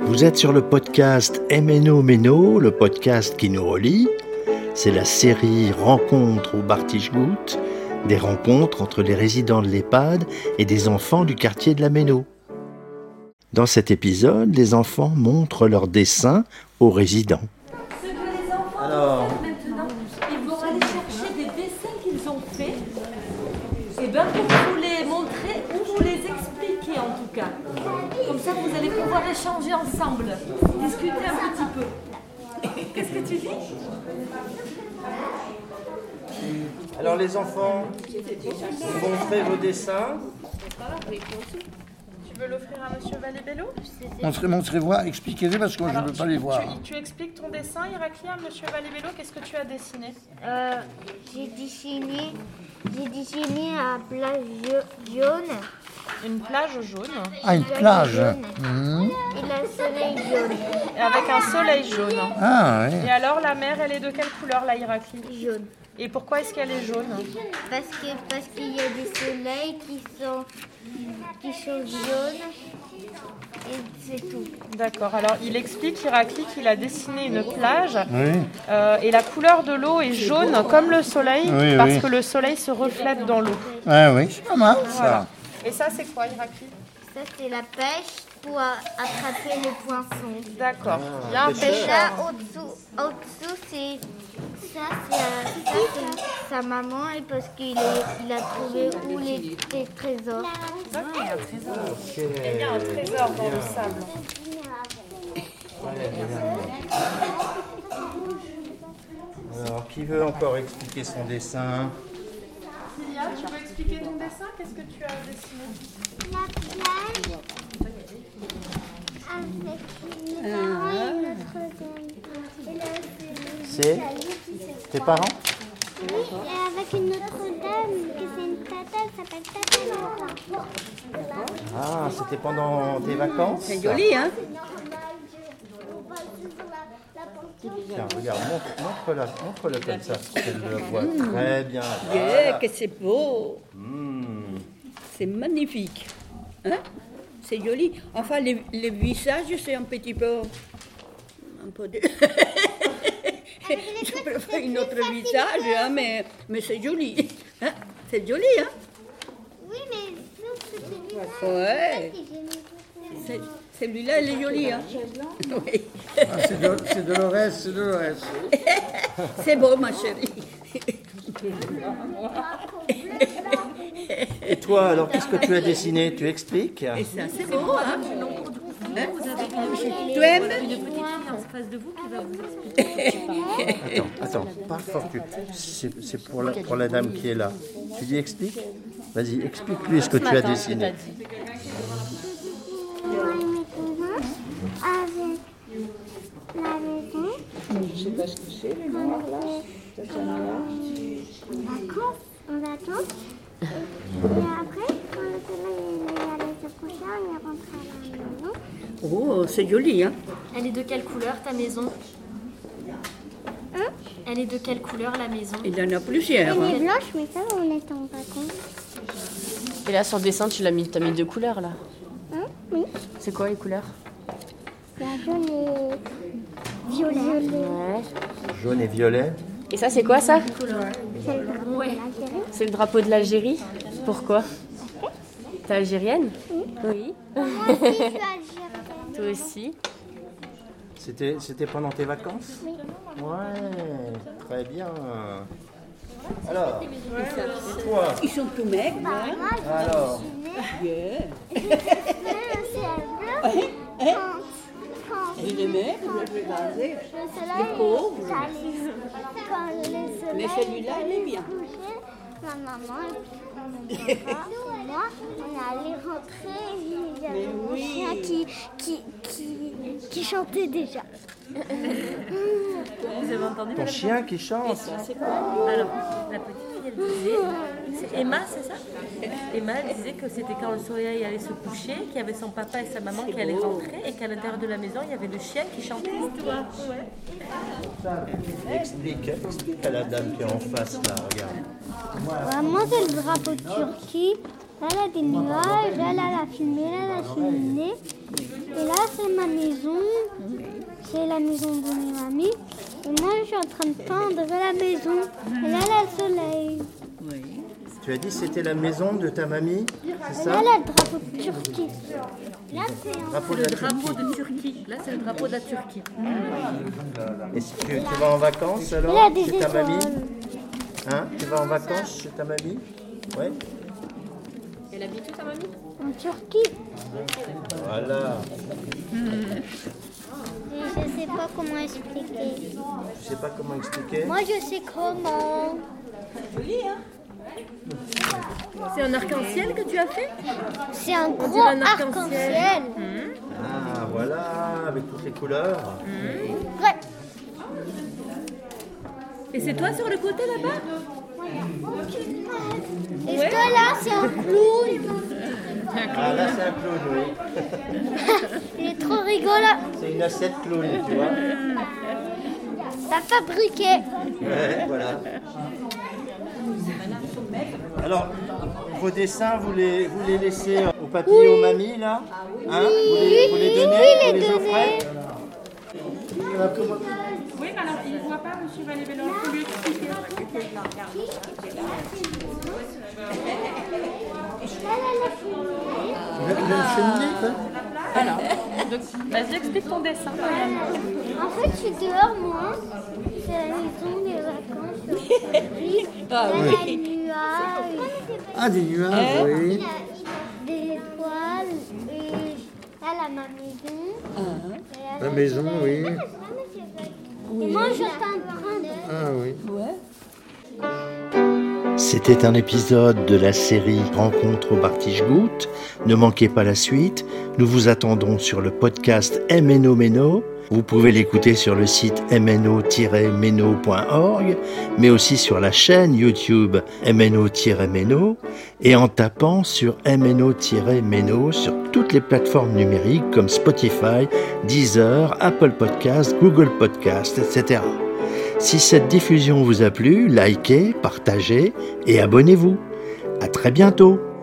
Vous êtes sur le podcast MNO Meno, le podcast qui nous relie. C'est la série Rencontres au Bartiche-Goutte, des rencontres entre les résidents de l'EHPAD et des enfants du quartier de la Méno. Dans cet épisode, les enfants montrent leurs dessins aux résidents. Ce que les enfants Alors. vont faire maintenant, ils vont aller chercher des dessins qu'ils ont faits, et bien pour vous les montrer ou vous les expliquer en tout cas. Comme ça, vous allez pouvoir échanger ensemble, discuter un petit peu. Qu'est-ce que tu dis Alors les enfants, vous montrez vos dessins. Tu veux l'offrir à Monsieur Valébello Montrez, montrez-moi, expliquez-les parce que je ne peux pas les voir. Tu, tu expliques ton dessin, Irakli, à Monsieur Valébello. Qu'est-ce que tu as dessiné Euh, j'ai dessiné, j'ai dessiné un plage jau- jaune, Une plage jaune Ah, une plage. et le soleil jaune, et avec un soleil jaune. Ah, oui. Et alors la mer, elle est de quelle couleur là, Irakli jaune. Et pourquoi est-ce qu'elle est jaune Parce que parce qu'il y a des soleils qui sont qui sont jaunes et c'est tout. D'accord. Alors il explique Irakli qu'il a dessiné une plage Oui. euh, et la couleur de l'eau est jaune comme le soleil Oui, parce oui. que le soleil se reflète dans l'eau. Ah, oui, c'est pas mal ça. Voilà. Et ça c'est quoi Irakli Ça c'est la pêche pour a- attraper les poissons. D'accord. Il y a un Et pêcheur. là au dessous, au dessous c'est ça c'est euh, ça, c'est sa maman et parce qu'il est- il a trouvé où les, les Ah, trésors. Il y a un trésor dans le sable. Ah, Alors qui veut encore expliquer son dessin Ah. Cilia, tu peux expliquer ton dessin Qu'est-ce que tu as dessiné La plage avec mes parents et Notre-Dame. C'est tes parents Oui, et avec une Notre-Dame, que c'est une tata, elle s'appelle Tata Laura. Ah, c'était pendant tes vacances hein. C'est normal, je- on va sur la, la pension. Tiens, regarde, montre- montre-la montre-la comme ça, parce qu'elle le voit très bien. Voilà. que c'est beau Hmm. C'est magnifique Hein C'est joli. Enfin, les, les visages, c'est un petit peu... Un peu de- Je préfère une autre visage, hein, mais, mais c'est joli. Hein c'est joli, hein Oui, mais sauf que c'est bizarre, Ouais. et j'ai mis toutes les- C'est- Celui-là, il est joli, hein Oui. Ah, c'est, de, c'est Dolores, c'est Dolores. C'est beau, ma chérie. Et toi, alors qu'est-ce que tu as dessiné Tu expliques Et ça, c'est beau, hein Hein Tu aimes Attends, attends, pas fort. tu- C'est c'est pour la, pour la dame qui est là. Tu dis explique Vas-y, explique-lui ce que tu as dessiné. Moi et mes cousins, avec la maison. Vacances, euh, on attend. Et et après, quand le soleil il est allé se coucher, on est rentré à la maison. Oh, c'est joli, hein Elle est de quelle couleur ta maison Hein Elle est de quelle couleur la maison Il y en a plusieurs. hein. Elle est blanche, mais ça, on est en vacances. Et là, sur le dessin, tu l'as mis, t'as mis deux couleurs là. Hein Oui. C'est quoi les couleurs La jaune et violet. Jaune et violet. Et ça, c'est quoi ça C'est le drapeau de l'Algérie. C'est le drapeau de l'Algérie. Pourquoi T'es algérienne Oui. Moi aussi, je suis algérienne. Toi aussi. C'était c'était pendant tes vacances Ouais, très bien. Alors, et toi Ils sont tout maigres. hein. Bah, Moi, Alors, Yeah. je veux le ciel bleu. Quand, quand Il est maigre, je vais regarder. le soleil pauvre. allait- quand le soleil Mais celui-là, il est allait bien. se coucher, ma maman et puis mon papa, et moi, on allait rentrer. Il y avait mon chien qui, qui, qui, qui chantait déjà. ton chien qui chante Alors, la petite fille, elle disait, c'est Emma, c'est ça Emma, elle disait que c'était quand le soleil allait se coucher, qu'il y avait son papa et sa maman qui allaient rentrer et qu'à l'intérieur de la maison, il y avait le chien qui chantait. Explique, explique à la dame qui est en face là, regarde. Moi, c'est le drapeau de Turquie. Là, il y a des nuages, là, là, la fumée, là, la cheminée. Et là, c'est ma maison. C'est la maison de mes mamies. Et moi, je suis en train de peindre la maison. Et là, là, le soleil. Tu as dit que c'était la maison de ta mamie, c'est Et là, ça là, le drapeau de Turquie. Là, c'est un Drapeau de Le la Turquie. drapeau de Turquie. Là, c'est le drapeau de la Turquie. Et si tu, tu vas en vacances Il y a alors des chez ta étoiles. mamie Hein Tu vas en vacances chez ta mamie Ouais En Turquie. Voilà. Je sais pas comment expliquer. Je sais pas comment expliquer. Moi, je sais comment. C'est un arc-en-ciel que tu as fait C'est un gros arc-en-ciel. Ah voilà, avec toutes les couleurs. Ouais. Et c'est toi sur le côté là-bas Et toi, là, c'est un clown. Ah là c'est un clown, oui. Il est trop rigolant. C'est une assiette clown, tu vois. T'as fabriqué. Hein Ouais, voilà. Alors, vos dessins, vous les, vous les laissez au papy et aux mamies, là Hein Vous les, vous les Ah Oui, donnez oui, Vous les les offrez Oui, mais alors il ne voit pas, monsieur Valébello. Il faut lui expliquer. Le- le cheminée, quoi Ah. Bah, Vas-y, explique ton dessin. En fait, je suis dehors, moi. C'est la maison des vacances. Oui. Ah Il y a des nuages, Ah, des Eh nuages, oui. il y a des étoiles. Et là, là, ma maison. Et là, La là, maison, oui. Et moi, je suis en train de... Ah, oui. C'était un épisode de la série Rencontre au Bartiche-Goutte. Ne manquez pas la suite. Nous vous attendons sur le podcast MNO Meno. Vous pouvez l'écouter sur le site mno-meno.org, mais aussi sur la chaîne YouTube mno-meno et en tapant sur mno-meno sur toutes les plateformes numériques comme Spotify, Deezer, Apple Podcasts, Google Podcasts, etc. Si cette diffusion vous a plu, likez, partagez et abonnez-vous. À très bientôt.